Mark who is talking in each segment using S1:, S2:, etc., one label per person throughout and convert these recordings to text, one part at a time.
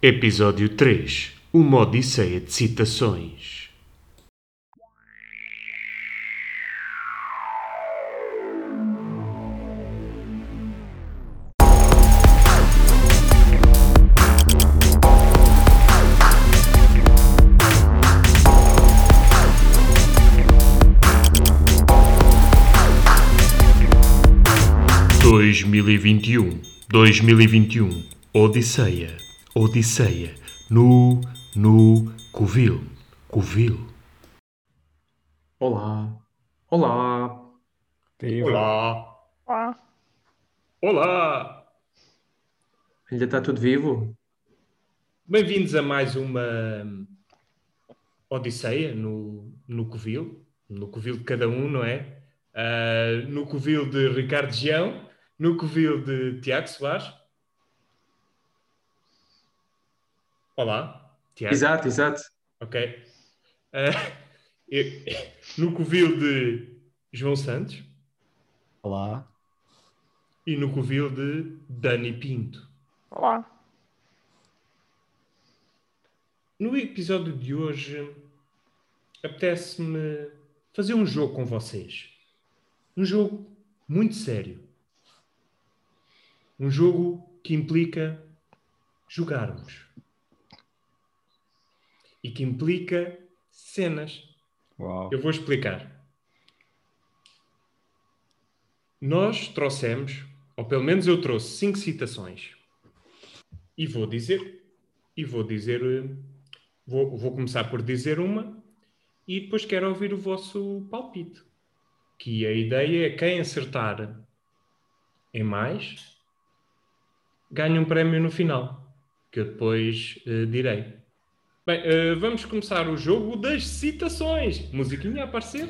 S1: Episódio 3 Uma Odisseia de Citações Dois mil e vinte e um, dois mil e vinte e um, Odisseia, Odisseia, nu, nu, covil, covil.
S2: Olá, olá,
S1: Olá,
S3: Olá.
S1: olá,
S2: ainda está tudo vivo?
S1: bem-vindos a mais uma hum, Odisseia no, no covil, no covil de cada um, não é? Ah, no covil de Ricardo Geão, no covil de Tiago Soares. Olá, Tiago.
S2: Exato, exato.
S1: Ok. Ah, eu- no covil de João Santos
S4: Olá.
S1: e no covil de Dani Pinto.
S3: Olá.
S1: No episódio de hoje, apetece-me fazer um jogo com vocês. Um jogo muito sério. Um jogo que implica jogarmos. E que implica cenas.
S4: Uau.
S1: Eu vou explicar. Nós trouxemos, ou pelo menos eu trouxe, cinco citações. E vou dizer, e vou dizer, eh, vou, vou começar por dizer uma e depois quero ouvir o vosso palpite. Que a ideia é quem acertar em mais ganha um prémio no final, que eu depois eh, direi. Bem, eh, vamos começar o jogo das citações. Musiquinha a aparecer?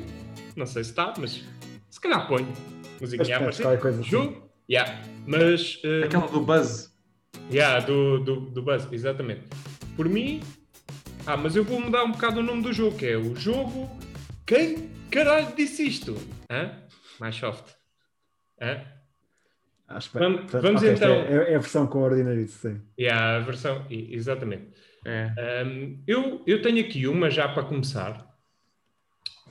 S1: Não sei se está, mas se calhar ponho. Musiquinha a
S4: Mas
S1: aparecer.
S4: qualquer coisa assim.
S1: Jogo? Yeah. Mas. eh,
S2: Aquela do Buzz.
S1: Yeah, do, do, do Buzz, exatamente. Por mim. Ah, mas eu vou mudar um bocado o nome do jogo, que é o jogo. Quem caralho disse isto? Hã? Mais soft. Hã?
S4: Ah, espera.
S1: Vamos,
S4: Portanto,
S1: vamos
S4: ok, esta
S1: então.
S4: É, é- é a versão com Ordinary, sim.
S1: Yeah, a versão. e- Exatamente.
S2: É.
S1: Ahm, eu, eu tenho aqui uma já para começar,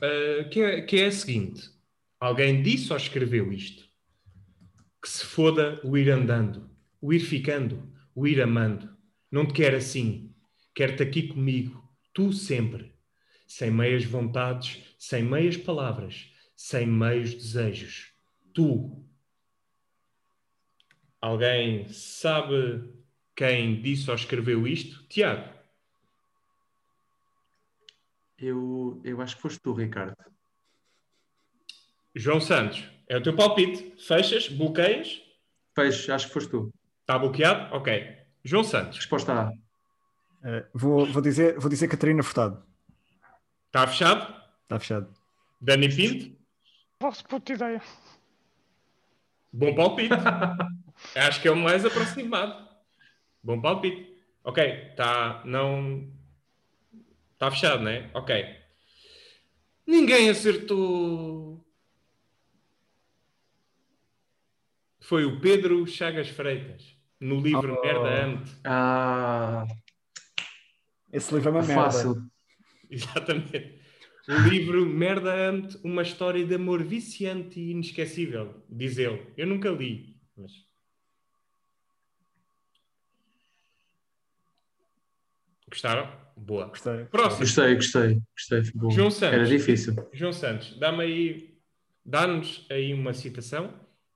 S1: ah, que, é, que é a seguinte: alguém disse ou escreveu isto? Que se foda o ir andando, o ir ficando, o ir amando. Não te quero assim, quero-te aqui comigo, tu sempre. Sem meias vontades, sem meias palavras, sem meios desejos. Tu. Alguém sabe quem disse ou escreveu isto? Tiago.
S2: Eu, eu acho que foste tu, Ricardo.
S1: João Santos, é o teu palpite. Fechas, bloqueias,
S2: Pois, acho que foste tu.
S1: está bloqueado? Ok. João Santos,
S2: Resposta A.
S4: Eh, vou, vou dizer, vou dizer Catarina é Furtado.
S1: está tá fechado?
S4: Está fechado.
S1: Dani Pinto,
S3: Posso puta ideia.
S1: bom palpite. Acho que é o mais aproximado. Bom palpite. Ok, está. Não. Está fechado, né? Ok. Ninguém acertou. Foi o Pedro Chagas Freitas, no livro
S4: Oh.
S1: Merda Ante.
S2: Ah,
S4: Esse livro é uma merda.
S2: fácil.
S1: Exatamente. O livro Merda Ante, uma história de amor viciante e inesquecível, diz ele. Eu nunca li, mas. Gostaram? Boa.
S4: Gostei.
S1: Próximo,
S2: Gostei, gostei, gostei. Foi bom.
S1: João Santos.
S2: Era difícil.
S1: João Santos, dá-me aí. Dá-nos aí uma citação.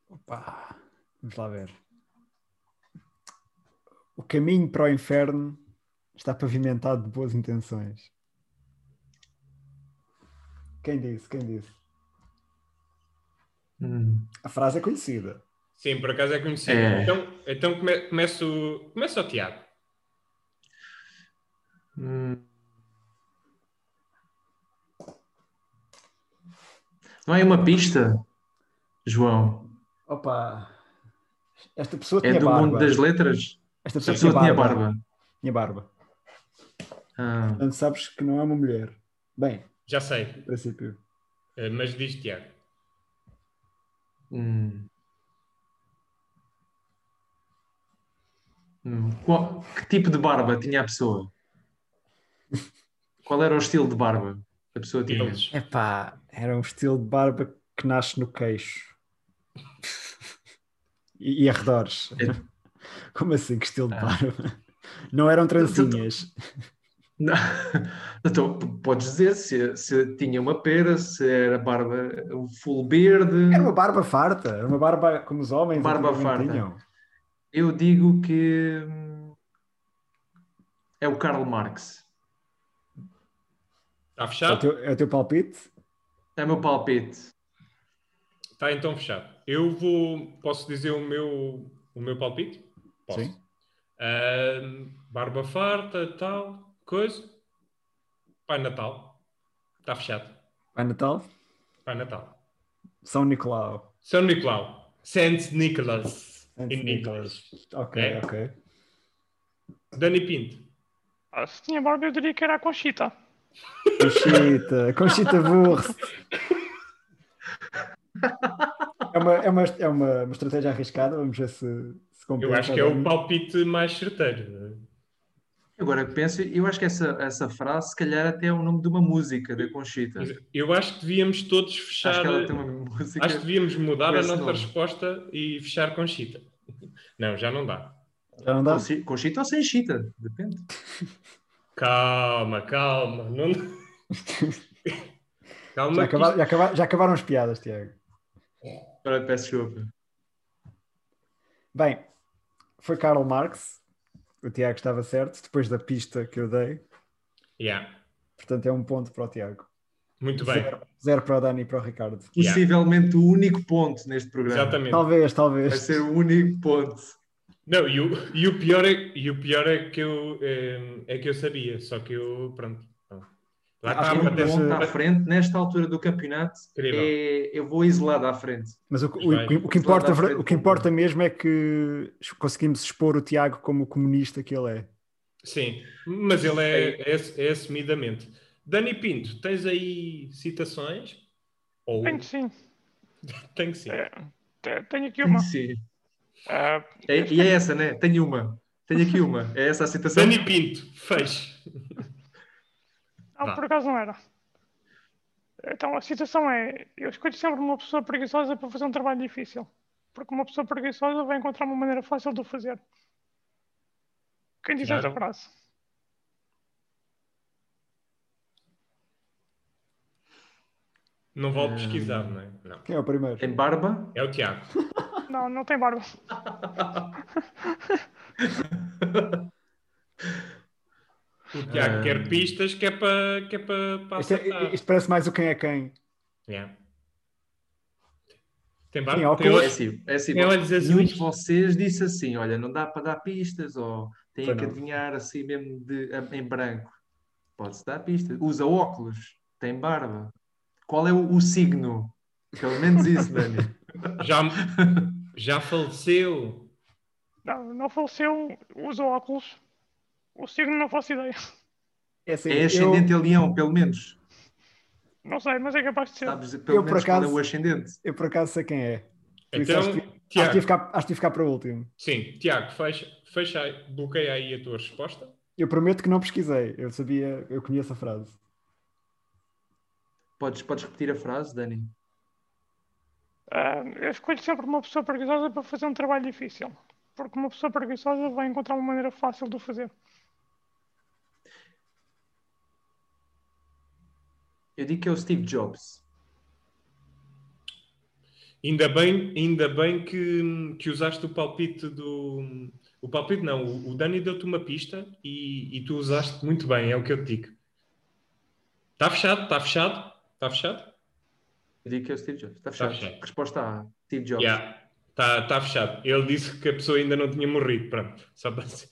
S4: Opa. Vamos lá ver. O caminho para o inferno está pavimentado de boas intenções. Quem disse? Quem disse?
S2: Hum,
S4: A frase é conhecida.
S1: Sim, por acaso é conhecido.
S2: É.
S1: Então, então come, começo, começo ao Tiago.
S2: hum. Não é uma pista, João?
S4: Opa. Esta pessoa
S2: É
S4: tinha
S2: do
S4: barba.
S2: mundo das letras?
S4: Esta
S2: Essa
S4: pessoa,
S2: pessoa tinha barba.
S4: Tinha barba.
S2: Ah,
S4: Portanto, sabes que não é uma mulher. Bem,
S1: Já sei,
S4: em princípio.
S1: eh, mas diz Tiago.
S2: hum. Hum, qual- que tipo de barba tinha a pessoa? Qual era o estilo de barba que a pessoa tinha?
S1: Eles.
S4: Epá, era um estilo de barba que nasce no queixo. E, e arredores. Como assim, que estilo de
S2: Ah.
S4: barba? Não eram trancinhas.
S2: Não. Então, p- podes dizer se, se tinha uma pera, se era barba, um full beard.
S4: Era uma barba farta. Era uma barba como os homens
S2: Barba
S4: antigamente
S2: farta.
S4: tinham.
S2: Eu digo que hum, é o Karl Marx.
S1: Está
S4: É o
S1: fechado?
S4: teu, é o teu palpite?
S2: É o meu palpite.
S1: Está então fechado. Eu vou. Posso dizer o meu, o meu palpite? Posso.
S4: Sim.
S1: Ahm, barba farta, tal, coisa. Pai Natal. Está fechado.
S4: Pai Natal?
S1: Pai Natal.
S4: São Nicolau.
S1: São Nicolau. Saint Nicholas.
S4: Saint
S1: In
S4: Nicholas.
S1: English.
S4: Ok,
S1: É.
S4: ok.
S1: Dani Pinto.
S3: Ah, Se tinha barba, eu diria que era a Conchita.
S4: Conchita, Conchita Wurst. É uma, é, uma, é uma, uma estratégia arriscada, vamos ver se, se
S1: Eu acho que é o palpite mais certeiro. é?
S2: Agora que penso, eu acho que essa, essa frase, se calhar, até é o nome de uma música da Conchita.
S1: Mas Eu acho que devíamos todos
S2: Acho
S1: fechar.
S2: que ela tem uma música.
S1: Acho que devíamos mudar
S2: com
S1: a
S2: esse
S1: nossa
S2: nome.
S1: resposta e fechar com Chita. Não, já não dá.
S4: Já não dá?
S2: Com chi- Com chita ou sem chita, depende.
S1: Calma, calma. Não... calma.
S4: Já,
S1: que
S4: acabaram, já, acabaram, já acabaram as piadas, Tiago.
S2: Agora peço desculpa.
S4: Bem, foi Karl Marx, o Tiago estava certo, depois da pista que eu dei,
S1: isto- Yeah,
S4: portanto é um ponto para o Tiago.
S1: Muito bem.
S4: Zero, zero para o Dani e para o Ricardo.
S1: Yeah.
S2: Possivelmente o único ponto neste programa.
S1: Exatamente.
S4: Talvez,
S2: Vai
S4: talvez.
S2: ser o único ponto.
S1: Não, e o, e o pior é, e o pior é que eu eh, é, que eu sabia, só que eu pronto. pronto. Lá
S4: Acho
S1: está,
S4: que
S2: Ter um
S4: mas
S1: atenção.
S4: esse-
S2: ponto à frente, nesta altura do campeonato,
S1: Incrível.
S2: é- eu vou isolado à frente.
S4: Mas o, o-
S1: Vai.
S4: o que importa, o que importa mesmo é que conseguimos expor o Tiago como o comunista que ele é.
S1: Sim, mas ele é, é, é assumidamente. Dani Pinto, tens aí citações? Ou
S3: Tenho sim.
S1: tem que ser.
S3: É, te- Tenho aqui uma.
S2: Sim.
S3: Ah,
S2: É- e é essa, né? Tenho uma. Tenho aqui uma. É essa a citação.
S1: Dani Pinto, fez. Vá.
S3: Não, por acaso não era. Então, a situação é: eu escolho sempre uma pessoa preguiçosa para fazer um trabalho difícil. Porque uma pessoa preguiçosa vai encontrar uma maneira fácil de o fazer. Quem diz
S1: Claro.
S3: esta frase?
S1: Não vou
S2: Ah.
S1: pesquisar, não é? Não.
S4: Quem é o primeiro?
S2: Tem barba?
S1: É o Tiago.
S3: Não, não tem barba.
S1: O Tiago
S2: Ah.
S1: quer pistas que é para que é para para
S4: Isto, é-
S1: acertar.
S4: isto parece mais o quem é quem.
S1: Yeah. É. Tem
S4: Sim,
S1: barba?
S4: óculos.
S1: Tem
S2: É
S1: olhos-
S2: assim. É assim.
S1: tem olhos
S2: Nenhum
S1: azuis.
S2: de vocês disse assim: olha, não dá para dar pistas, ou tem
S4: Foi
S2: que
S4: não.
S2: adivinhar assim mesmo de- em branco. Pode-se dar pistas. Usa óculos, tem barba. Qual é o, o signo? Pelo menos isso, Dani.
S1: Já, já faleceu.
S3: Não, não faleceu, usa óculos. O signo não faço ideia.
S4: É assim,
S2: É
S4: eu-
S2: ascendente a leão, pelo menos.
S3: Não sei, mas é capaz de ser.
S2: Sabes, pelo
S4: Eu, por
S2: menos, qual é
S4: acaso-
S2: o ascendente.
S4: Eu, por acaso sei quem é. Por isso
S1: Então,
S4: acho que- Acho que, ia
S1: Tiago,
S4: ficar, acho que ia ficar para o último.
S1: sim, Tiago, fecha, fecha aí, bloqueia aí a tua resposta.
S4: Eu prometo que não pesquisei. Eu sabia, eu conheço a frase.
S2: Podes, podes repetir a frase, Dani?
S3: Ah, eu escolho sempre uma pessoa preguiçosa para fazer um trabalho difícil. Porque uma pessoa preguiçosa vai encontrar uma maneira fácil de o fazer.
S2: Eu digo que é o Steve Jobs.
S1: Ainda bem, ainda bem que, que usaste o palpite do. O palpite não, o, o Dani deu-te uma pista e, e tu usaste muito bem, é o que eu te digo. Está fechado, está fechado, está fechado?
S2: Eu digo que é o Steve Jobs. Está
S1: Está
S2: fechado.
S1: fechado.
S2: Resposta A: Steve
S4: Tá.
S2: Jobs.
S1: Yeah. Está tá fechado. Ele disse que a pessoa ainda não tinha morrido. Pronto, só para dizer.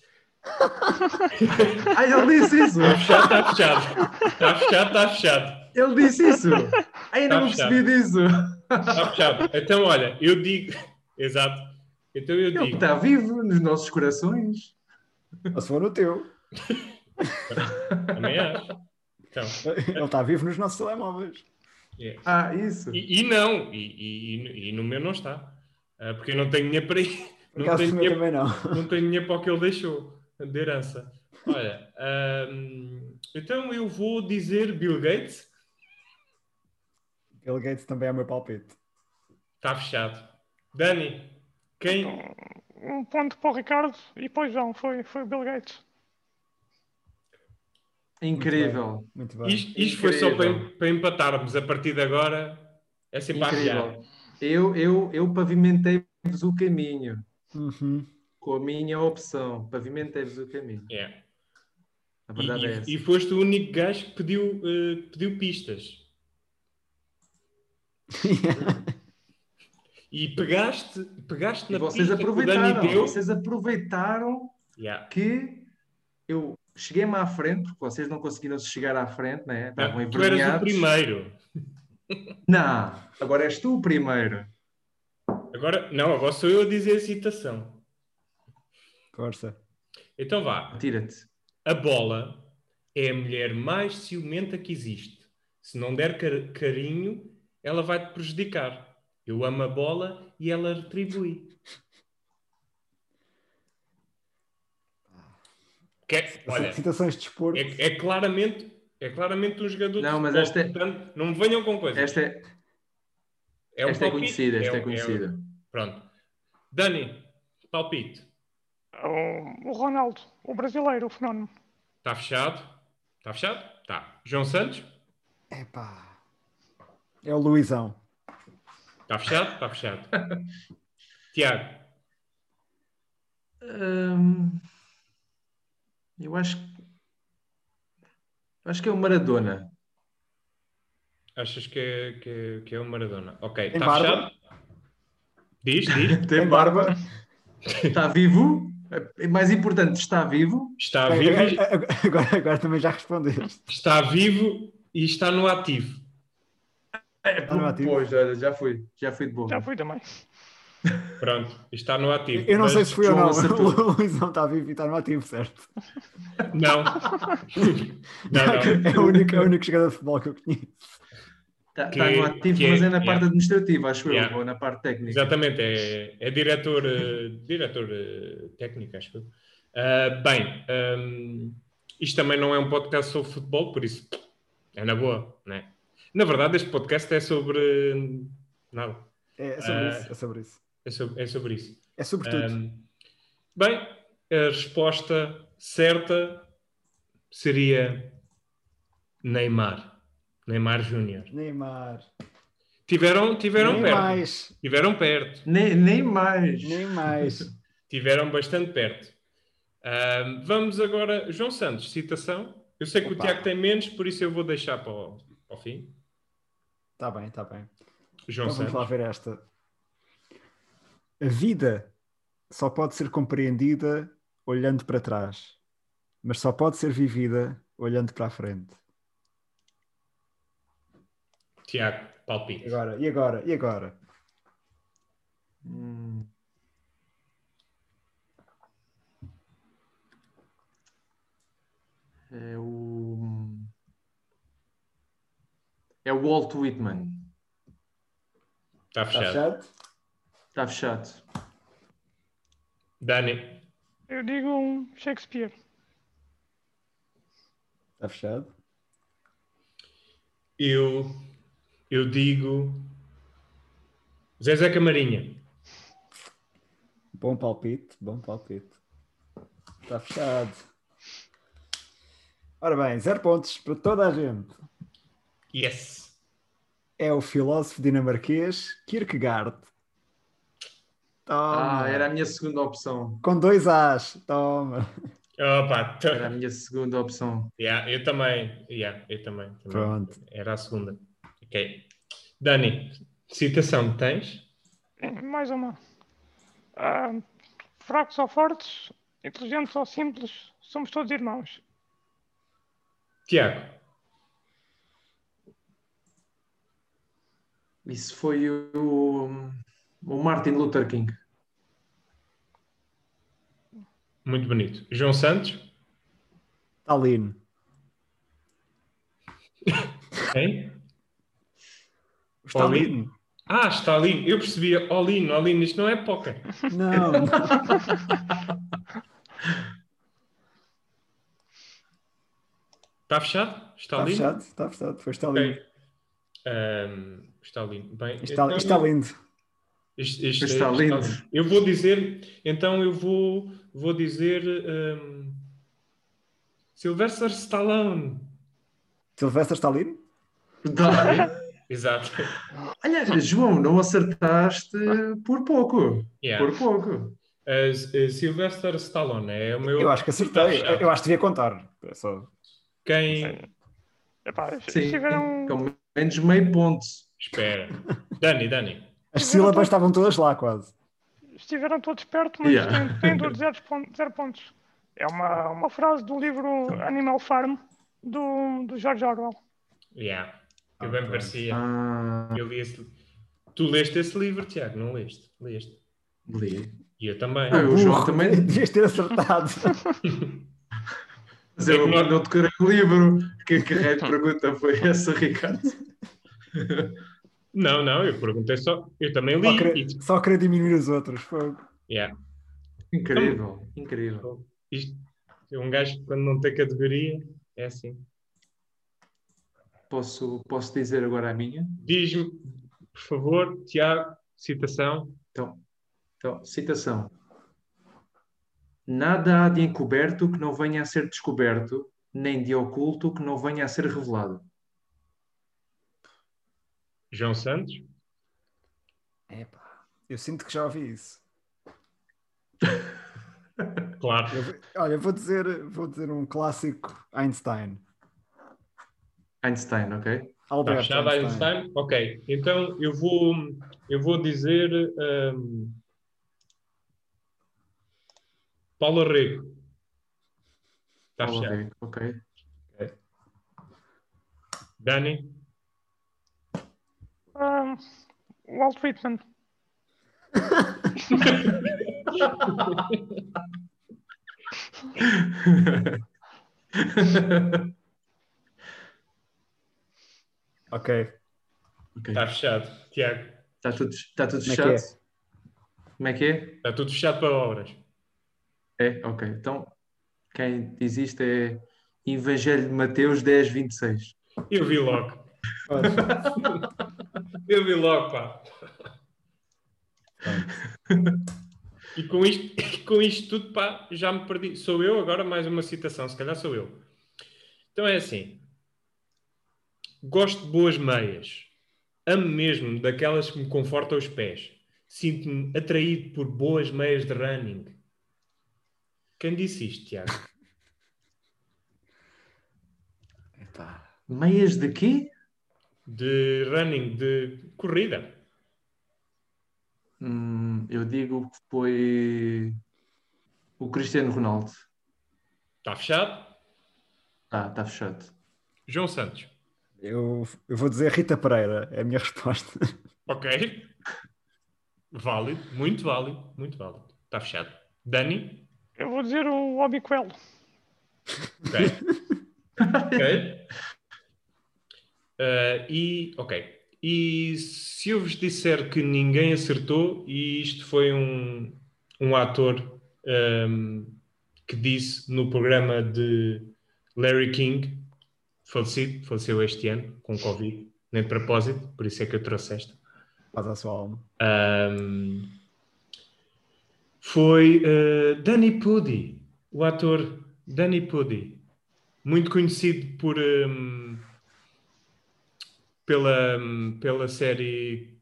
S2: Ah, ele disse isso!
S1: Já está tá fechado. Está fechado, está fechado.
S2: Ele disse isso! Ainda
S1: Tá
S2: não
S1: fechado.
S2: percebi disso!
S1: Está fechado. Então, olha, eu digo. Exato. Então eu
S2: Ele
S1: digo.
S2: está vivo nos nossos corações.
S4: Ou se for no teu.
S1: Também acho. Então,
S4: Ele está vivo nos nossos telemóveis.
S1: yeah.
S2: Ah, isso!
S1: E, e não, e, e- e no meu não está. Ah, porque eu não tenho dinheiro para, i- Não
S4: Acaso
S1: tenho
S4: também,
S1: dinheiro-
S4: também não.
S1: não tenho dinheiro para o que ele deixou de herança. Olha, hum, então eu vou dizer Bill Gates,
S4: Bill Gates também é o meu palpite.
S1: está Tá fechado. Dani, quem?
S3: Um ponto para o Ricardo e para o João, foi, foi o Bill Gates.
S2: Incrível.
S4: Muito bem.
S1: Isto, isto foi só para,
S2: Incrível.
S1: em- para empatarmos. A partir de agora é sempre a piada.
S2: Incrível. Eu, eu, eu pavimentei-vos o caminho
S4: Uhum.
S2: com a minha opção. Pavimentei-vos o caminho.
S1: É.
S2: A
S1: E,
S2: verdade é essa.
S1: e- e foste o único gajo que pediu, eh, que pediu pistas. E pegaste, pegaste
S2: E
S1: na
S2: vocês
S1: pista que o Dani
S2: aproveitaram,
S1: deu.
S2: vocês aproveitaram
S1: Yeah.
S2: que eu cheguei-me à frente, porque vocês não conseguiram chegar à frente, né? Estavam
S1: tu eras o
S2: envergonhados.
S1: primeiro.
S2: Não, agora és tu o primeiro.
S1: Agora, não, agora sou eu a dizer a citação.
S4: Força.
S1: Então vá.
S2: Tira-te.
S1: A bola é a mulher mais ciumenta que existe. Se não der car- carinho, ela vai te prejudicar. Eu amo a bola e ela retribui. Quer- é, olha,
S4: Citações de desporto.
S1: é, é claramente, é claramente um jogador de
S2: Não, mas
S1: futebol,
S2: esta é-
S1: portanto, não me venham com coisas.
S2: Esta é,
S1: um
S2: esta
S1: palpite,
S2: é conhecida, esta
S1: um-
S2: é conhecida.
S1: pronto. Dani, palpite.
S3: Um, O, o Ronaldo, o brasileiro, o fenómeno.
S1: Está Tá fechado? Está fechado? Está. João Santos?
S4: Epá. É o Luizão.
S1: Está fechado? Está fechado. Tiago,
S2: Hum, eu acho que. Acho que é o Maradona.
S1: achas que é, que é, que é o Maradona? Ok,
S4: Tem
S1: está
S4: barba?
S1: fechado? Diz, diz.
S2: Tem barba, está vivo. É mais importante, está vivo.
S1: Está tá vivo,
S4: Agora, agora- agora também já respondeste.
S1: está vivo e está no ativo.
S2: É,
S4: Está no ativo.
S2: pois, olha, já fui, já fui de boa.
S3: Já fui também.
S1: Pronto, está no ativo.
S4: Eu não
S1: Mas- um
S4: sei se fui ou
S2: João
S4: não.
S2: acertou.
S4: O Luizão está vivo e está no ativo, certo?
S1: Não. não, não.
S4: É o único, é o único jogador de futebol que eu conheço.
S2: Está
S1: Que-
S2: Tá, no ativo,
S1: que é-
S2: mas é na
S1: yeah.
S2: parte administrativa, acho
S1: Yeah.
S2: eu, ou na parte técnica.
S1: Exatamente, é, é diretor, eh, diretor eh, técnico, acho que. bem, hum, isto também não é um podcast sobre futebol, por isso é na boa, né? Na verdade, este podcast é sobre hum, nada,
S4: É sobre
S1: Ah.
S4: isso. É sobre isso.
S1: é sobre, é sobre isso.
S4: É sobretudo.
S1: Hum, bem, a resposta certa seria Neymar, Neymar Júnior.
S4: Neymar.
S1: Tiveram, tiveram
S4: Nem
S1: perto,
S4: mais.
S1: tiveram perto.
S2: Nem, nem mais.
S4: Nem mais.
S1: Tiveram bastante perto. Ahm, vamos agora, João Santos, citação. Eu sei que o
S4: Opa.
S1: Tiago tem menos, por isso eu vou deixar para o, para o fim.
S4: Está Tá bem, está bem.
S1: João
S4: Então vamos lá
S1: Santos.
S4: ver esta. A vida só pode ser compreendida olhando para trás, mas só pode ser vivida olhando para a frente.
S1: Tiago, palpite.
S4: E agora? E agora? E agora?
S2: Hum. É o. É o Walt Whitman.
S1: Está
S4: Está
S1: fechado.
S4: Tá fechado?
S2: Está Tá fechado.
S1: Dani,
S3: Eu digo um Shakespeare.
S4: Está Tá fechado?
S1: eu, eu digo Zezé Camarinha.
S4: Bom palpite, bom palpite. Está fechado. Ora bem, zero pontos para toda a gente.
S1: Yes.
S4: É o filósofo dinamarquês Kierkegaard. Toma.
S2: Ah, era a minha segunda opção.
S4: Com dois As. Toma.
S1: Opa, t-
S2: Era a minha segunda opção.
S1: yeah, eu também. Yeah, eu também, também.
S4: Pronto.
S1: Era a segunda. Ok. Dani, citação tens?
S3: Mais uma. Ah, fracos ou fortes, inteligentes ou simples, somos todos irmãos.
S1: Tiago,
S2: Isso foi o, o Martin Luther King.
S1: muito bonito. João Santos?
S4: Taline.
S1: Quem?
S4: Stalin.
S1: Ah, está ali. Eu percebia, Olin, Olin, isto não é póquer.
S4: Não, não.
S1: Está fechado? Está,
S4: está
S1: ali?
S4: fechado, está fechado. Foi está lindo.
S1: Ok. Ahm, está lindo. Bem,
S4: Está,
S1: então-
S4: está lindo.
S1: Este- este-
S2: Está
S1: este-
S2: lindo.
S1: Eu vou dizer, então eu vou, vou dizer hum, Sylvester Stallone.
S4: Silvestre está lindo?
S2: Dá.
S1: Exato.
S2: Olha, João, não acertaste por pouco.
S1: Yeah.
S2: Por pouco.
S1: Uh, S- uh, Sylvester Stallone é o meu.
S4: Eu acho que acertei.
S1: Está fechado.
S4: Eu acho que devia contar. É só-
S1: Quem.
S3: Epá, se- se
S2: Sim,
S3: tiver um-
S2: com menos meio ponto.
S1: Espera. Dani, Dani.
S4: As sílabas estavam todas lá quase.
S3: estiveram todos perto, mas
S2: Yeah.
S3: têm, têm todos zero, pon- zero pontos. É uma, uma frase do livro Animal Farm, do, do George Orwell.
S1: Yeah.
S4: Ah,
S1: Eu bem me
S4: pronto.
S1: parecia.
S2: Ah,
S1: Eu li esse... Tu leste esse livro, Tiago, não leste? Leste.
S2: li.
S1: E eu também.
S2: Ah, eu- O João
S4: Burro.
S2: também-
S4: Devias ter acertado.
S2: Mas eu
S1: Ignora-
S2: não decorei o livro. Que, que raio de pergunta foi essa, Ricardo?
S1: Não, não, eu perguntei só. Eu também li.
S4: Só querer,
S1: E- tipo,
S4: só querer diminuir os outros. Fogo.
S1: Yeah.
S2: Incrível, incrível.
S1: Isto, um gajo, quando não tem categoria, é assim.
S2: Posso, posso dizer agora a minha?
S1: Diz-me, por favor, Tiago, citação.
S2: Então, então, citação. Nada há de encoberto que não venha a ser descoberto, nem de oculto que não venha a ser revelado.
S1: João Santos.
S4: Epá, eu sinto que já ouvi isso.
S1: Claro.
S4: Eu vou- olha, vou dizer, vou dizer um clássico Einstein.
S2: Einstein, ok?
S1: Está
S4: Albert
S1: fechado
S4: Einstein.
S1: Einstein? Ok. Então eu vou, eu vou dizer hum, Paula Rego. Está
S2: Olá,
S1: Tá fechado.
S2: Rico, ok.
S1: Dani?
S3: Ah, Walt Whitman.
S4: Ok.
S2: Ok.
S1: Está fechado. Tiago,
S2: Está tudo, está tudo
S4: Como é que
S2: fechado?
S4: é?
S2: Como é que é?
S1: está tudo fechado para obras.
S2: É, ok. Então, quem diz isto é Evangelho de Mateus 10, 26.
S1: Eu vi logo.
S4: Olha,
S1: Eu vi logo, pá. E com isto, com isto tudo, pá, já me perdi. Sou eu agora, mais uma citação, se calhar sou eu. Então é assim. Gosto de boas meias. Amo mesmo daquelas que me confortam os pés. Sinto-me atraído por boas meias de running. Quem disse isto, Tiago?
S4: epá.
S2: Meias de quê?
S1: De running, de corrida.
S2: Hum, eu digo que foi o Cristiano Ronaldo.
S1: Está fechado?
S2: Ah, está fechado.
S1: João Santos.
S4: Eu, eu vou dizer Rita Pereira, é a minha resposta.
S1: Ok. Válido, muito válido, muito válido. Está fechado. Dani?
S3: Eu vou dizer um o Obiquel.
S1: Ok. ok. Ah, e, ok. E se eu vos disser que ninguém acertou e isto foi um, um ator ahm, que disse no programa de Larry King, falecido, faleceu este ano com Covid, nem de propósito, por isso é que eu trouxe esta.
S4: Faz a sua alma.
S1: Um, foi uh, Danny Pudi, o ator Danny Pudi, muito conhecido por um, pela, um, pela série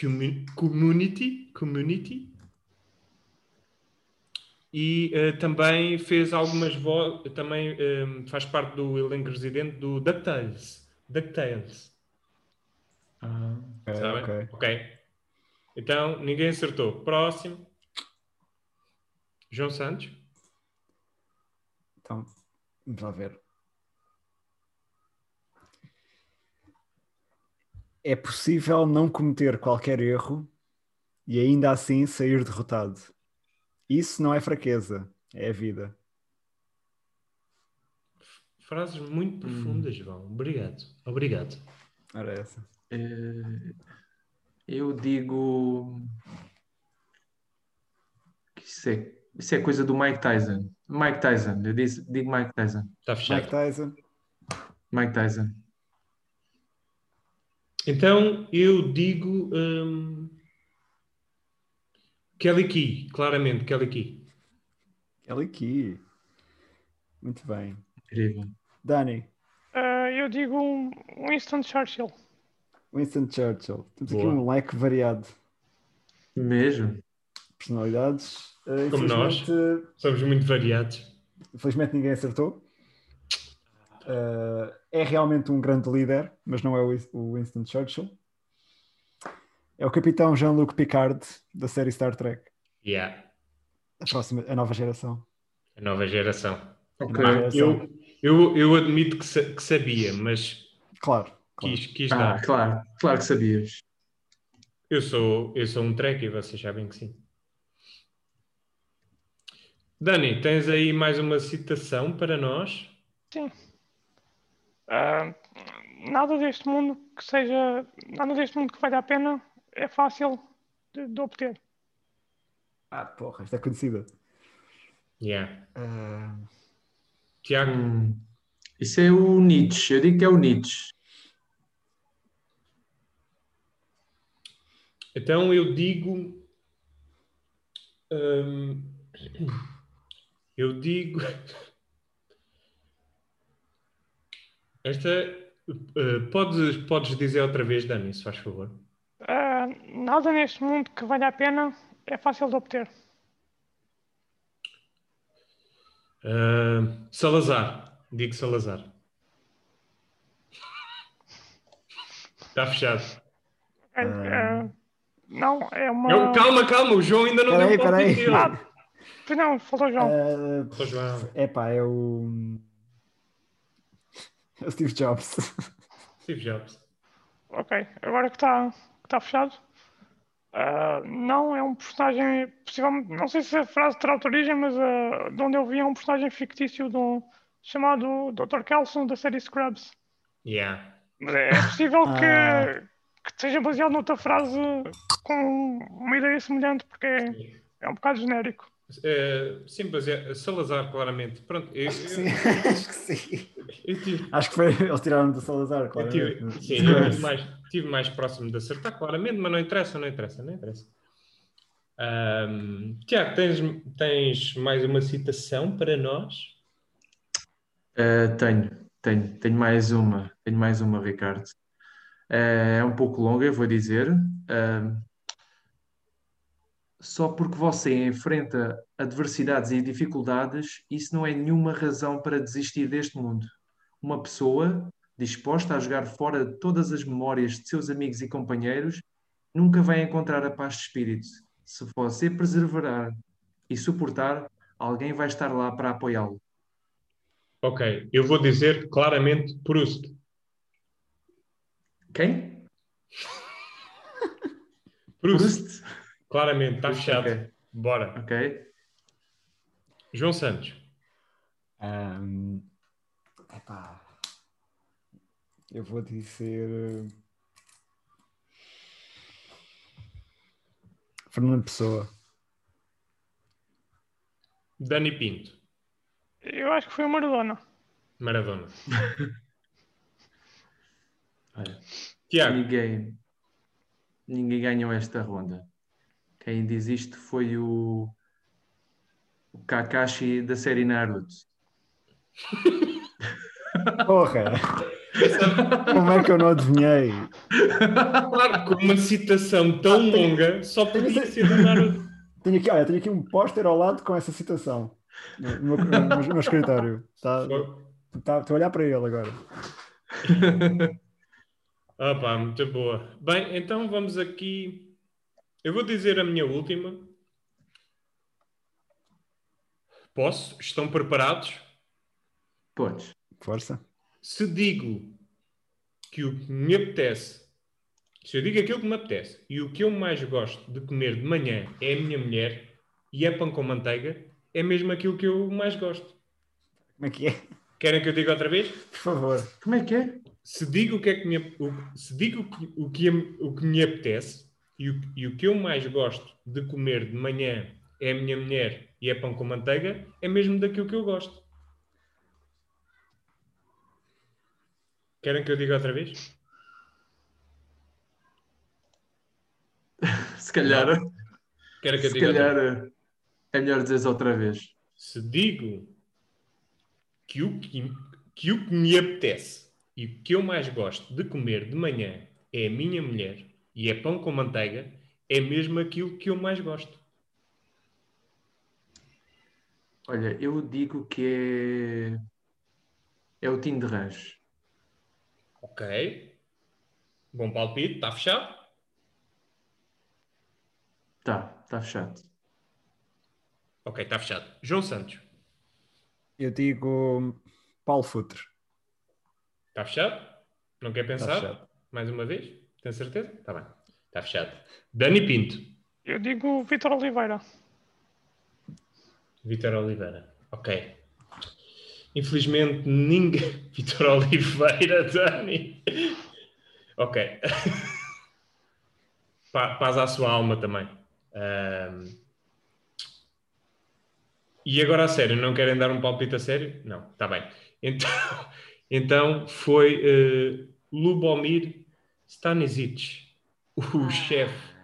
S1: Commu- Community, Community. E uh, também fez algumas vozes, também um, faz parte do elenco residente do DuckTales. DuckTales.
S2: Ah,
S4: É,
S1: Está bem?
S4: ok.
S1: ok. Então, ninguém acertou. Próximo. João Santos.
S4: Então, vamos lá ver. É possível não cometer qualquer erro e ainda assim sair derrotado. Isso não é fraqueza, é a vida.
S1: Frases muito profundas, João. Obrigado. Obrigado.
S4: Era essa.
S2: eh, Eu digo. que Isso é, isso é coisa do Mike Tyson. Mike Tyson, eu disse- digo Mike Tyson.
S1: Está
S4: Mike
S1: fechado.
S4: Tyson.
S2: Mike Tyson.
S1: Então eu digo hum, Kelly Key, claramente, Kelly Key.
S4: Kelly Key. Muito bem.
S2: Incrível.
S4: Dani,
S3: Ah, eu digo um Winston Churchill.
S4: Winston Churchill. Temos
S1: Boa.
S4: aqui um leque variado de
S2: Mesmo.
S4: personalidades. Eh,
S1: Como nós.
S4: infelizmente-
S1: Somos muito variados.
S4: Infelizmente ninguém acertou. Eh, é realmente um grande líder, mas não é o Win- o Winston Churchill. É o capitão Jean-Luc Picard da série Star Trek,
S1: Yeah,
S4: a, próxima, a nova geração.
S1: a nova geração.
S2: Ok.
S4: Nova geração.
S1: Eu, eu, eu admito que, sa- que sabia, mas
S4: Claro, claro.
S1: quis, quis
S2: Ah,
S1: dar.
S2: claro, claro que sabias.
S1: Eu sou, eu sou um trek e vocês sabem que sim. Dani, tens aí mais uma citação para nós?
S3: Ah, nada deste mundo que seja. Nada deste mundo que valha a pena é fácil de, de obter.
S4: Ah, porra, esta é conhecida.
S1: Yeah.
S4: Eh,
S1: Tiago,
S2: Hum, isso é o Nietzsche. Eu digo que é o Nietzsche.
S1: então eu digo. hum, eu digo. Esta. eh, podes, podes dizer outra vez, Dani, se faz favor.
S3: Ah, nada neste mundo que valha a pena é fácil de obter.
S1: Ah, Salazar, digo Salazar. Está fechado.
S3: É,
S4: Ah.
S3: é, não, é uma.
S1: Eu- calma, calma, o João ainda não
S4: Peraí,
S1: deu o palpite
S4: peraí.
S1: dele.
S3: Ah, pois não, faltou o João.
S4: eh,
S1: Só João.
S4: Epá, é o. É o Steve Jobs.
S1: Steve Jobs.
S3: Ok, agora que está que tá fechado. Ah, não é um personagem. Possivelmente, não sei se a frase terá outra origem, mas ah, de onde eu vi é um personagem fictício de um- chamado Dr. Kelson da série Scrubs.
S1: Yeah.
S3: Mas é possível que,
S4: Ah.
S3: que seja baseado noutra frase com uma ideia semelhante, porque é, é um bocado genérico.
S1: Eh, sim, mas é Salazar, claramente. Pronto, eu,
S4: Acho que sim.
S1: eu-
S4: Acho que sim.
S1: eu tive,
S4: Acho que foi. Eles tiraram do Salazar,
S1: eu
S4: claro.
S1: tive, É tipo, sim, eu tive mais, tive mais próximo de acertar, claramente, mas não interessa, não interessa, não interessa. Ahm, Tiago, tens, tens mais uma citação para nós?
S2: Ah, tenho, tenho, tenho mais uma, tenho mais uma, Ricardo. Ah, é um pouco longa, eu vou dizer. Ah, só porque você enfrenta adversidades e dificuldades, isso não é nenhuma razão para desistir deste mundo. Uma pessoa disposta a jogar fora todas as memórias de seus amigos e companheiros nunca vai encontrar a paz de espírito. Se você perseverar e suportar, alguém vai estar lá para apoiá-lo.
S1: Ok, eu vou dizer claramente Proust.
S2: Quem?
S1: Proust,
S2: Proust.
S1: claramente, está fechado.
S2: ok.
S1: Bora.
S2: Ok.
S1: João Santos.
S4: Ahm, epá. eu vou dizer. eh, Fernando Pessoa.
S1: Dani Pinto.
S3: Eu acho que foi o Maradona.
S1: Maradona.
S2: Olha,
S1: Tiago,
S2: ninguém, ninguém ganhou esta ronda. Quem diz isto foi o, o Kakashi da série Naruto.
S4: Porra! Como é que eu não adivinhei?
S1: claro que uma citação
S2: Ah,
S1: tão longa só podia
S4: Mas-
S1: ser do Naruto.
S4: Tenho aqui, olha, tenho aqui um póster ao lado com essa citação no meu, no meu- no meu escritório. Tá, tá, estou a olhar para ele agora.
S1: Opa, muito boa. Bem, então vamos aqui. Eu vou dizer a minha última. Posso? Estão preparados?
S2: Podes.
S4: Força.
S1: Se digo que o que me apetece, se eu digo aquilo que me apetece e o que eu mais gosto de comer de manhã é a minha mulher e é pão com manteiga, é mesmo aquilo que eu mais gosto.
S4: Como é que é?
S1: Querem que eu diga outra vez?
S4: Por favor.
S2: Como é que é?
S1: Se digo o que é que me, ap- o, se digo o que, o, que, o que me apetece E o, e o que eu mais gosto de comer de manhã é a minha mulher e é pão com manteiga, é mesmo daquilo que eu gosto. Querem que eu diga outra vez?
S2: Se calhar,
S1: Querem que eu
S2: se
S1: diga outra
S2: calhar
S1: vez?
S2: é melhor dizeres outra vez.
S1: Se digo que o que, que o que me apetece e o que eu mais gosto de comer de manhã é a minha mulher e é pão com manteiga, é mesmo aquilo que eu mais gosto.
S2: Olha, eu digo que é, é o Tim de Rancho.
S1: Ok. Bom palpite, está fechado?
S2: Tá, está fechado.
S1: Ok, está fechado. João Santos,
S4: Eu digo Paulo Futre.
S1: está fechado? Não quer pensar?
S4: fechado.
S1: Mais uma vez? Tem certeza? Está bem. Está fechado. Dani Pinto,
S3: Eu digo Vitor Oliveira.
S1: Vitor Oliveira. Ok. Infelizmente ninguém. Vitor Oliveira, Dani. Ok. Pa- Paz à sua alma também. Ahm. E agora a sério, não querem dar um palpite a sério? Não, está bem. Então, então foi eh, Lubomir Stanisic, o chefe.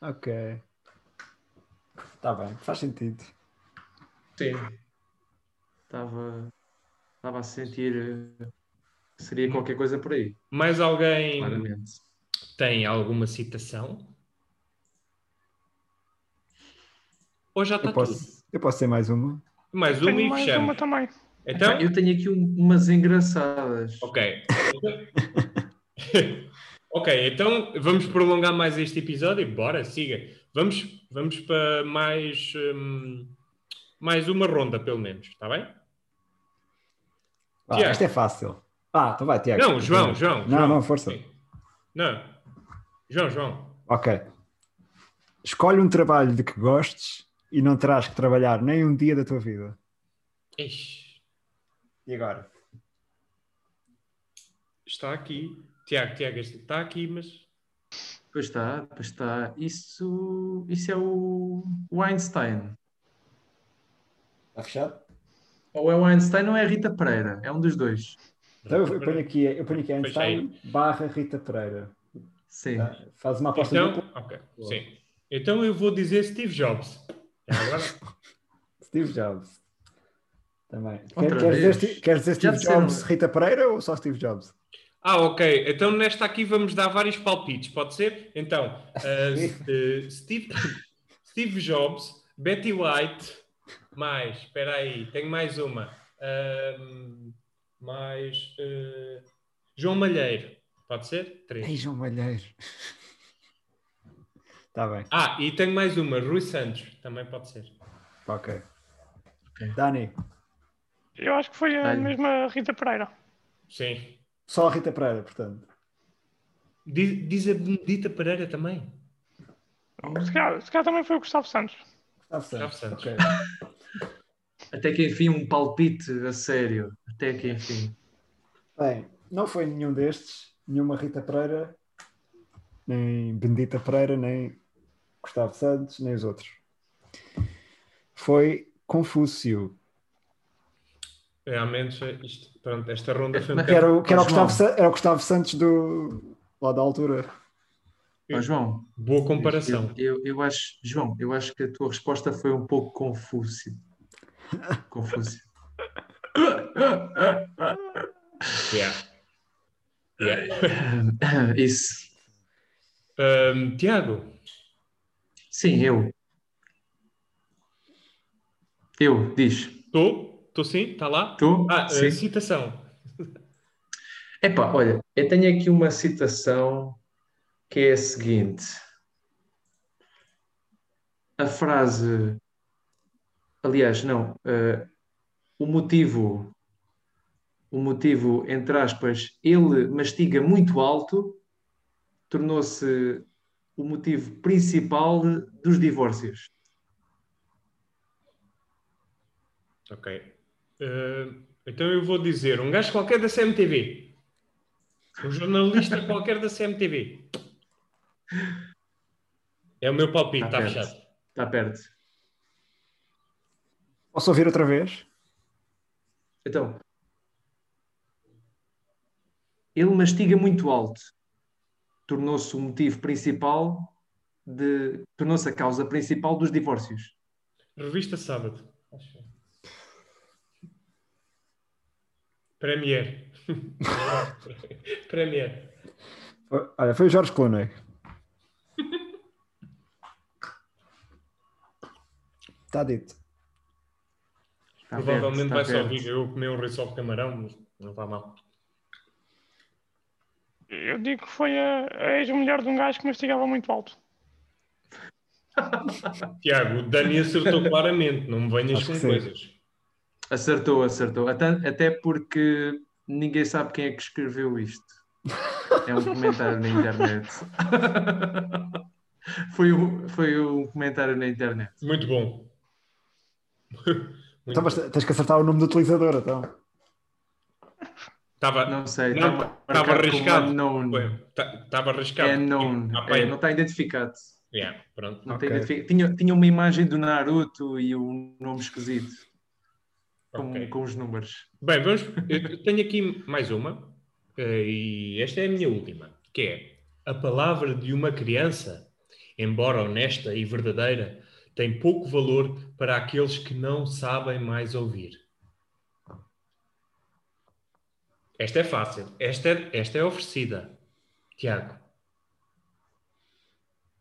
S4: Ok. Está bem, faz sentido.
S1: Sim.
S2: Estava, estava a sentir eh, que
S1: Hum.
S2: seria qualquer coisa por aí,
S1: Mais alguém
S2: claramente.
S1: tem alguma citação? Ou já está
S4: Eu
S1: Tá tudo?
S4: posso, eu posso ter mais uma?
S1: Mais uma
S3: Tenho
S1: e
S3: mais
S1: fechamos.
S3: uma também.
S1: Então,
S2: Eu tenho aqui um- umas engraçadas.
S1: ok. ok, então vamos prolongar mais este episódio. Bora, siga. Vamos, vamos para mais, hum, mais uma ronda, pelo menos, está bem?
S4: Ah,
S1: Tiago.
S4: isto é fácil. Ah, então vai, Tiago.
S1: Não, João, João.
S4: Não,
S1: João.
S4: não, força.
S1: Sim. Não. João, João.
S4: Ok. Escolhe um trabalho de que gostes e não terás que trabalhar nem um dia da tua vida.
S1: Ixi,
S4: E agora?
S1: está aqui. Tiago, Tiago, este- está aqui, mas
S2: Pois está, pois está. Isso, isso é o, o Einstein.
S4: Está fechado?
S2: Ou é o Einstein ou é a Rita Pereira. É um dos dois.
S4: Então eu eu ponho aqui, eu ponho aqui
S1: Fecha
S4: Einstein barra Rita Pereira.
S2: Sim.
S1: Ah.
S4: Tá? Faz uma aposta
S1: Então,
S4: dupla.
S1: ok,
S4: Boa.
S1: sim. Então eu vou dizer Steve Jobs. É agora?
S4: Steve Jobs. Também.
S2: Outra
S4: Quer, quer dizer,
S2: vez.
S4: Sti- quer dizer
S2: Já
S4: Steve
S2: disseram-
S4: Jobs, Rita Pereira ou só Steve Jobs?
S1: ah, ok. Então nesta aqui vamos dar vários palpites, pode ser? Então, ah, s- eh, Steve, Steve Jobs, Betty White, mais, espera aí, tenho mais uma. Ahm, mais eh, João Malheiro, pode ser?
S4: Ei,
S1: Três.
S4: João Malheiro. Está bem,
S1: Ah, e tenho mais uma, Rui Santos, também pode ser.
S4: ok. Dani,
S3: Eu acho que foi a
S2: Olha.
S3: mesma Rita Pereira.
S1: Sim.
S4: só a Rita Pereira, portanto.
S1: Diz, diz a Benedita Pereira também.
S3: Se calhar, se calhar também foi o Gustavo Santos.
S4: Gustavo
S1: Gustavo
S4: Santos.
S1: Santos.
S4: ok.
S2: Até que enfim, um palpite a sério. Até que enfim.
S4: Bem, não foi nenhum destes, nenhuma Rita Pereira, nem Bendita Pereira, nem Gustavo Santos, nem os outros. Foi Confúcio.
S1: Realmente, é, isto, pronto, esta ronda foi um
S4: Que era o, que era o,
S2: Faz mal.
S4: Gustavo, Sa- era o Gustavo Santos do, lá da altura.
S2: Ó, João,
S1: Boa comparação.
S2: Eu, eu, eu acho, João, eu acho que a tua resposta foi um pouco confúcio. Confúcio.
S1: Yeah. Yeah.
S2: Isso.
S1: Um, Tiago,
S2: Sim, eu. Eu, diz.
S1: estou? Estou sim? Está lá?
S2: Tu?
S1: Ah, eh,
S2: Sim.
S1: citação.
S2: Epá, olha, eu tenho aqui uma citação que é a seguinte. A frase, aliás, não, eh, o motivo, o motivo, entre aspas, ele mastiga muito alto, tornou-se o motivo principal dos divórcios.
S1: Ok. Eh, então eu vou dizer: um gajo qualquer da CMTV. Um jornalista qualquer da CMTV. É o meu palpite,
S2: Está
S1: está
S2: perto.
S1: fechado.
S2: Está perto.
S4: Posso ouvir outra vez?
S2: Então. Ele mastiga muito alto. Tornou-se o motivo principal de. Tornou-se a causa principal dos divórcios.
S1: Revista Sábado. Acho. é. Premier. Premier.
S4: Olha, foi o Jorge Clooney. Está Tá dito.
S2: Está
S1: Provavelmente
S2: perto,
S1: vai
S2: está
S1: só
S2: perto.
S1: vir eu comer um risol de camarão, mas não vai mal.
S3: Eu digo que foi a, a ex-mulher de um gajo que mastigava muito alto.
S1: Tiago, o Dani acertou claramente, não me venhas
S4: Acho que
S1: com
S4: sim.
S1: coisas.
S2: Acertou, acertou. Até, até porque ninguém sabe quem é que escreveu isto. É um comentário na internet. foi, um, foi um comentário na internet.
S1: Muito bom.
S2: Tá
S4: Então, mas tens que acertar o nome do utilizador, então.
S1: Estava
S2: Não sei.
S1: Não,
S2: está
S1: estava
S2: marcado como
S1: arriscado.
S2: unknown.
S1: estava tá- arriscado.
S2: É unknown.
S1: Ah,
S2: É,
S1: bem.
S2: não está identificado.
S1: Yeah, pronto.
S2: Não
S4: Ok.
S2: tem identifi- tinha, tinha uma imagem do Naruto e um nome esquisito com,
S1: Ok.
S2: com os números.
S1: Bem, vamos. Eu tenho aqui mais uma, eh, e esta é a minha última, que é a palavra de uma criança, embora honesta e verdadeira, tem pouco valor para aqueles que não sabem mais ouvir. Esta é fácil. Esta é, esta é oferecida. Tiago,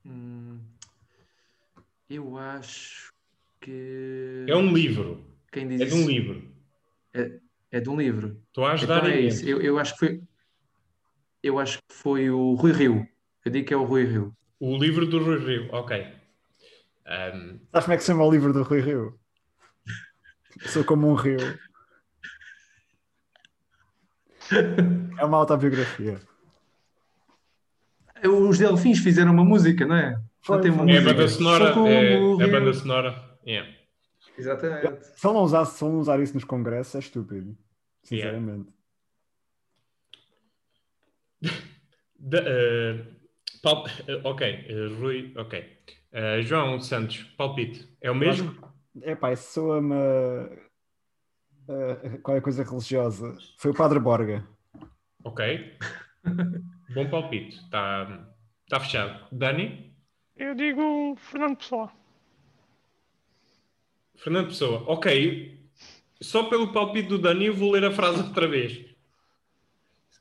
S2: Hum, eu acho que.
S1: é um livro.
S2: Quem diz
S1: É de um
S2: isso
S1: livro.
S2: é de um livro.
S1: Estou a ajudar
S2: Então é
S1: imenso.
S2: isso. Eu, eu acho que foi. Eu acho que foi o Rui Rio. Eu digo que é o Rui Rio.
S1: O livro do Rui Rio, ok. Um, Ahm,
S4: Sabes como é que se chama o livro do Rui Rio? Sou como um rio. É uma autobiografia.
S2: É, Os Delfins fizeram uma música, não é?
S4: Foi,
S2: não tem uma
S4: foi.
S1: é a
S2: música.
S1: banda sonora.
S2: Socorro,
S1: É, é a
S2: Rio.
S1: banda sonora. Yeah.
S2: Exatamente.
S4: Se ele não usar, se ele não usar isso nos congressos, é estúpido. Sinceramente.
S1: Da- eh, pal- eh, ok, eh, Rui, ok. Eh, João Santos, palpite. É o mesmo?
S4: É pá, isso soa-me. Uh, qualquer coisa religiosa. Foi o Padre Borga.
S1: Ok. Bom palpite. Está tá fechado. Dani?
S3: Eu digo Fernando Pessoa.
S1: Fernando Pessoa. Ok. Só pelo palpite do Dani eu vou ler a frase outra vez.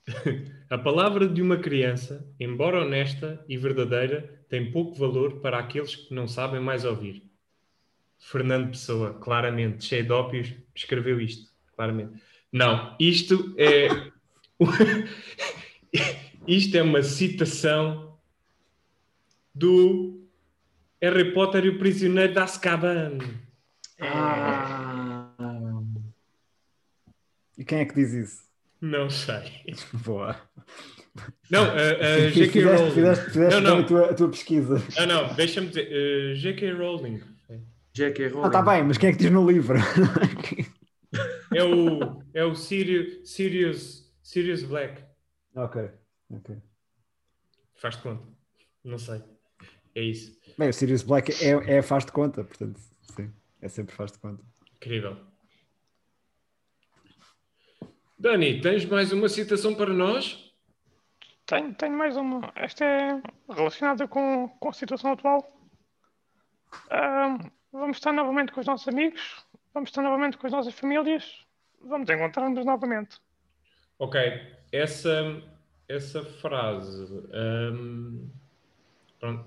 S1: a palavra de uma criança, embora honesta e verdadeira, tem pouco valor para aqueles que não sabem mais ouvir. Fernando Pessoa, claramente, cheio de ópios, escreveu isto, claramente. Não, isto é. isto é uma citação do Harry Potter e o Prisioneiro da Azkaban.
S4: É.
S2: Ah,
S4: E quem é que diz isso?
S1: Não sei.
S4: Boa.
S1: Não, uh, uh, J.K.
S4: fizeste,
S1: Rowling.
S4: fizeste,
S1: não,
S4: fizeste
S1: não,
S4: bem a tua, a tua pesquisa.
S1: não, não, deixa-me dizer. eh, J.K. Rowling.
S2: J.K. Rowling.
S4: Ah, tá bem, mas quem é que diz no livro?
S1: É o, é o Sirio, Sirius, Sirius Black.
S4: ok. ok.
S1: Faz de conta. Não sei. É isso.
S4: Bem, o Sirius Black é, é faz de conta, portanto, sim, é sempre faz de conta.
S1: Incrível. Dani, tens mais uma citação para nós?
S3: Tenho, tenho mais uma. Esta é relacionada com, com a situação atual. Ahm, vamos estar novamente com os nossos amigos, vamos estar novamente com as nossas famílias, vamos encontrar-nos novamente.
S1: Ok. Essa, essa frase. hum, pronto.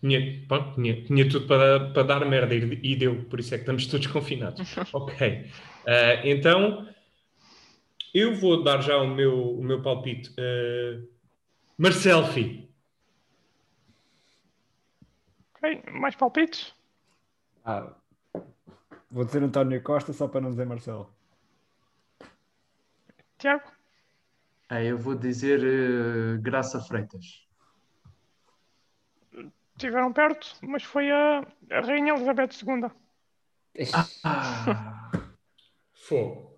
S1: Tinha, pronto, tinha, tinha tudo para, para dar merda e, e deu, por isso é que estamos todos confinados. ok. Ah, então, eu vou dar já o meu, o meu palpite. Uh, Marcelfi.
S3: Ok? Mais palpites?
S4: Ah, vou dizer António Costa só para não dizer Marcelo.
S3: Tiago?
S2: Ah, eu vou dizer eh, Graça Freitas.
S3: Estiveram perto, mas foi a, a Rainha Elizabeth II.
S2: Ah,
S1: Fogo.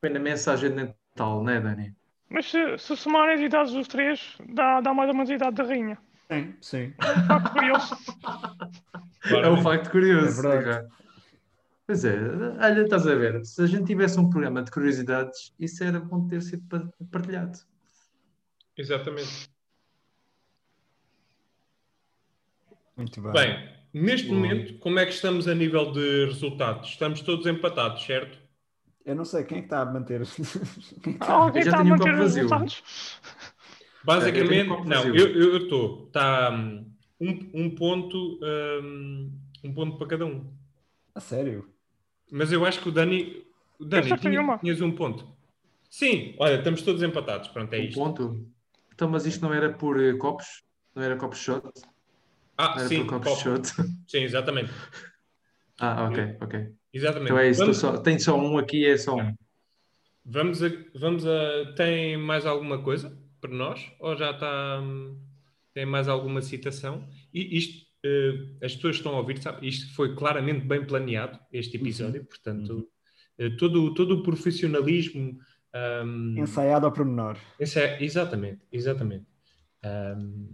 S2: foi na mensagem de Natal, não é, Dani?
S3: Mas se, se somarem as idades dos três, dá, dá mais ou menos a idade da rainha.
S4: Sim, sim.
S3: Facto curioso.
S2: É um facto curioso.
S4: É
S2: Ricardo. pois é, olha, estás a ver, se a gente tivesse um programa de curiosidades, isso era bom ter sido pa- partilhado.
S1: Exatamente.
S4: Muito bem.
S1: Bem, neste
S2: Boa.
S1: momento, como é que estamos a nível de resultados? Estamos todos empatados, certo?
S4: Eu não sei quem é que está a manter.
S3: Alguém
S2: Eu já
S3: está a
S2: tenho um
S3: manter
S2: copo
S3: os
S2: vazio.
S3: resultados?
S1: Basicamente,
S2: Eu tenho copo
S1: não,
S2: vazio.
S1: eu estou. Está hum, um, um ponto hum, um ponto para cada um.
S4: a sério?
S1: Mas eu acho que o Dani. O Dani,
S3: só tenho
S1: tinha-
S3: uma.
S1: tinhas um ponto. Sim, olha, estamos todos empatados. Pronto, é
S2: um
S1: isto.
S2: ponto. Então, mas isto não era por eh, copos? Não era copo shot?
S1: Ah,
S2: Não era
S1: sim,
S2: por copos
S1: copo.
S2: shot?
S1: Sim, exatamente.
S2: Ah, ok, ok.
S1: exatamente.
S2: Então é isso,
S1: Vamos-
S2: estou só, tenho só um aqui, é só um.
S1: Vamos a, vamos a. Tem mais alguma coisa para nós? Ou já está. hum, Tem mais alguma citação? E isto. eh, as pessoas que estão a ouvir, sabe? Isto foi claramente bem planeado, este episódio, portanto, eh, todo, todo o profissionalismo. hum,
S4: Ensaiado ao pormenor.
S1: esse é- exatamente, exatamente. Hum,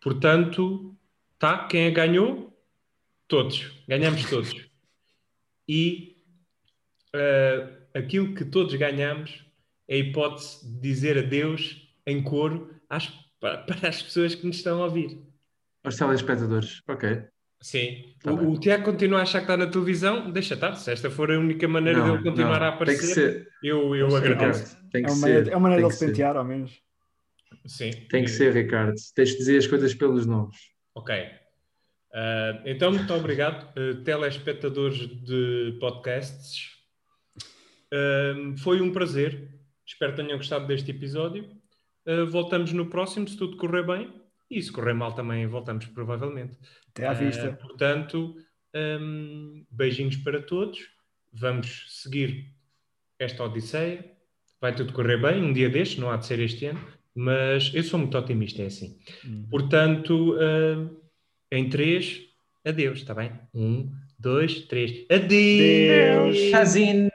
S1: portanto, tá, quem é que ganhou? Todos, ganhamos todos. E eh, aquilo que todos ganhamos é a hipótese de dizer adeus em coro às- pa- para as pessoas que nos estão a ouvir.
S2: Aos telespectadores, ok.
S1: Sim.
S2: Tá
S1: o,
S2: bem.
S1: o Tiago continua a achar que está na televisão, deixa estar. Se esta for a única maneira
S2: Não,
S1: de ele continuar
S2: não,
S1: a
S2: Tem que
S1: aparecer,
S2: ser,
S1: eu, eu
S2: Ricardo,
S1: agradeço.
S2: tem
S4: É
S2: que
S4: uma
S2: ser.
S4: maneira, é uma maneira
S2: tem
S4: de
S2: que
S4: se
S2: ser.
S4: pentear, ao menos.
S1: Sim.
S2: Tem que ser, Ricardo. Tens de dizer as coisas pelos nomes.
S1: Ok. Ah, então, muito obrigado, eh, telespectadores de podcasts. Ahm, foi um prazer. Espero que tenham gostado deste episódio. Ah, voltamos no próximo, se tudo correr bem. E se correr mal também, voltamos provavelmente.
S4: Até
S2: É.
S4: à
S1: Ah,
S4: vista.
S1: portanto, hum, beijinhos para todos. Vamos seguir esta Odisseia. Vai tudo correr bem, um dia deste, não há de ser este ano, mas eu sou muito otimista, é assim.
S4: Hum.
S1: Portanto, hum, em três, adeus, está bem? Um, dois, três, adeus.
S4: Deus.
S2: Casinho.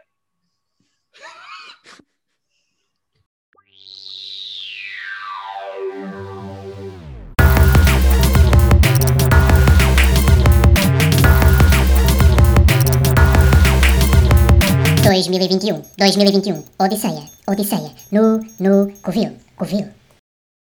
S5: dois mil e vinte e um dois mil e vinte e um Odisseia, Odisseia, no, no, Covil, Covil.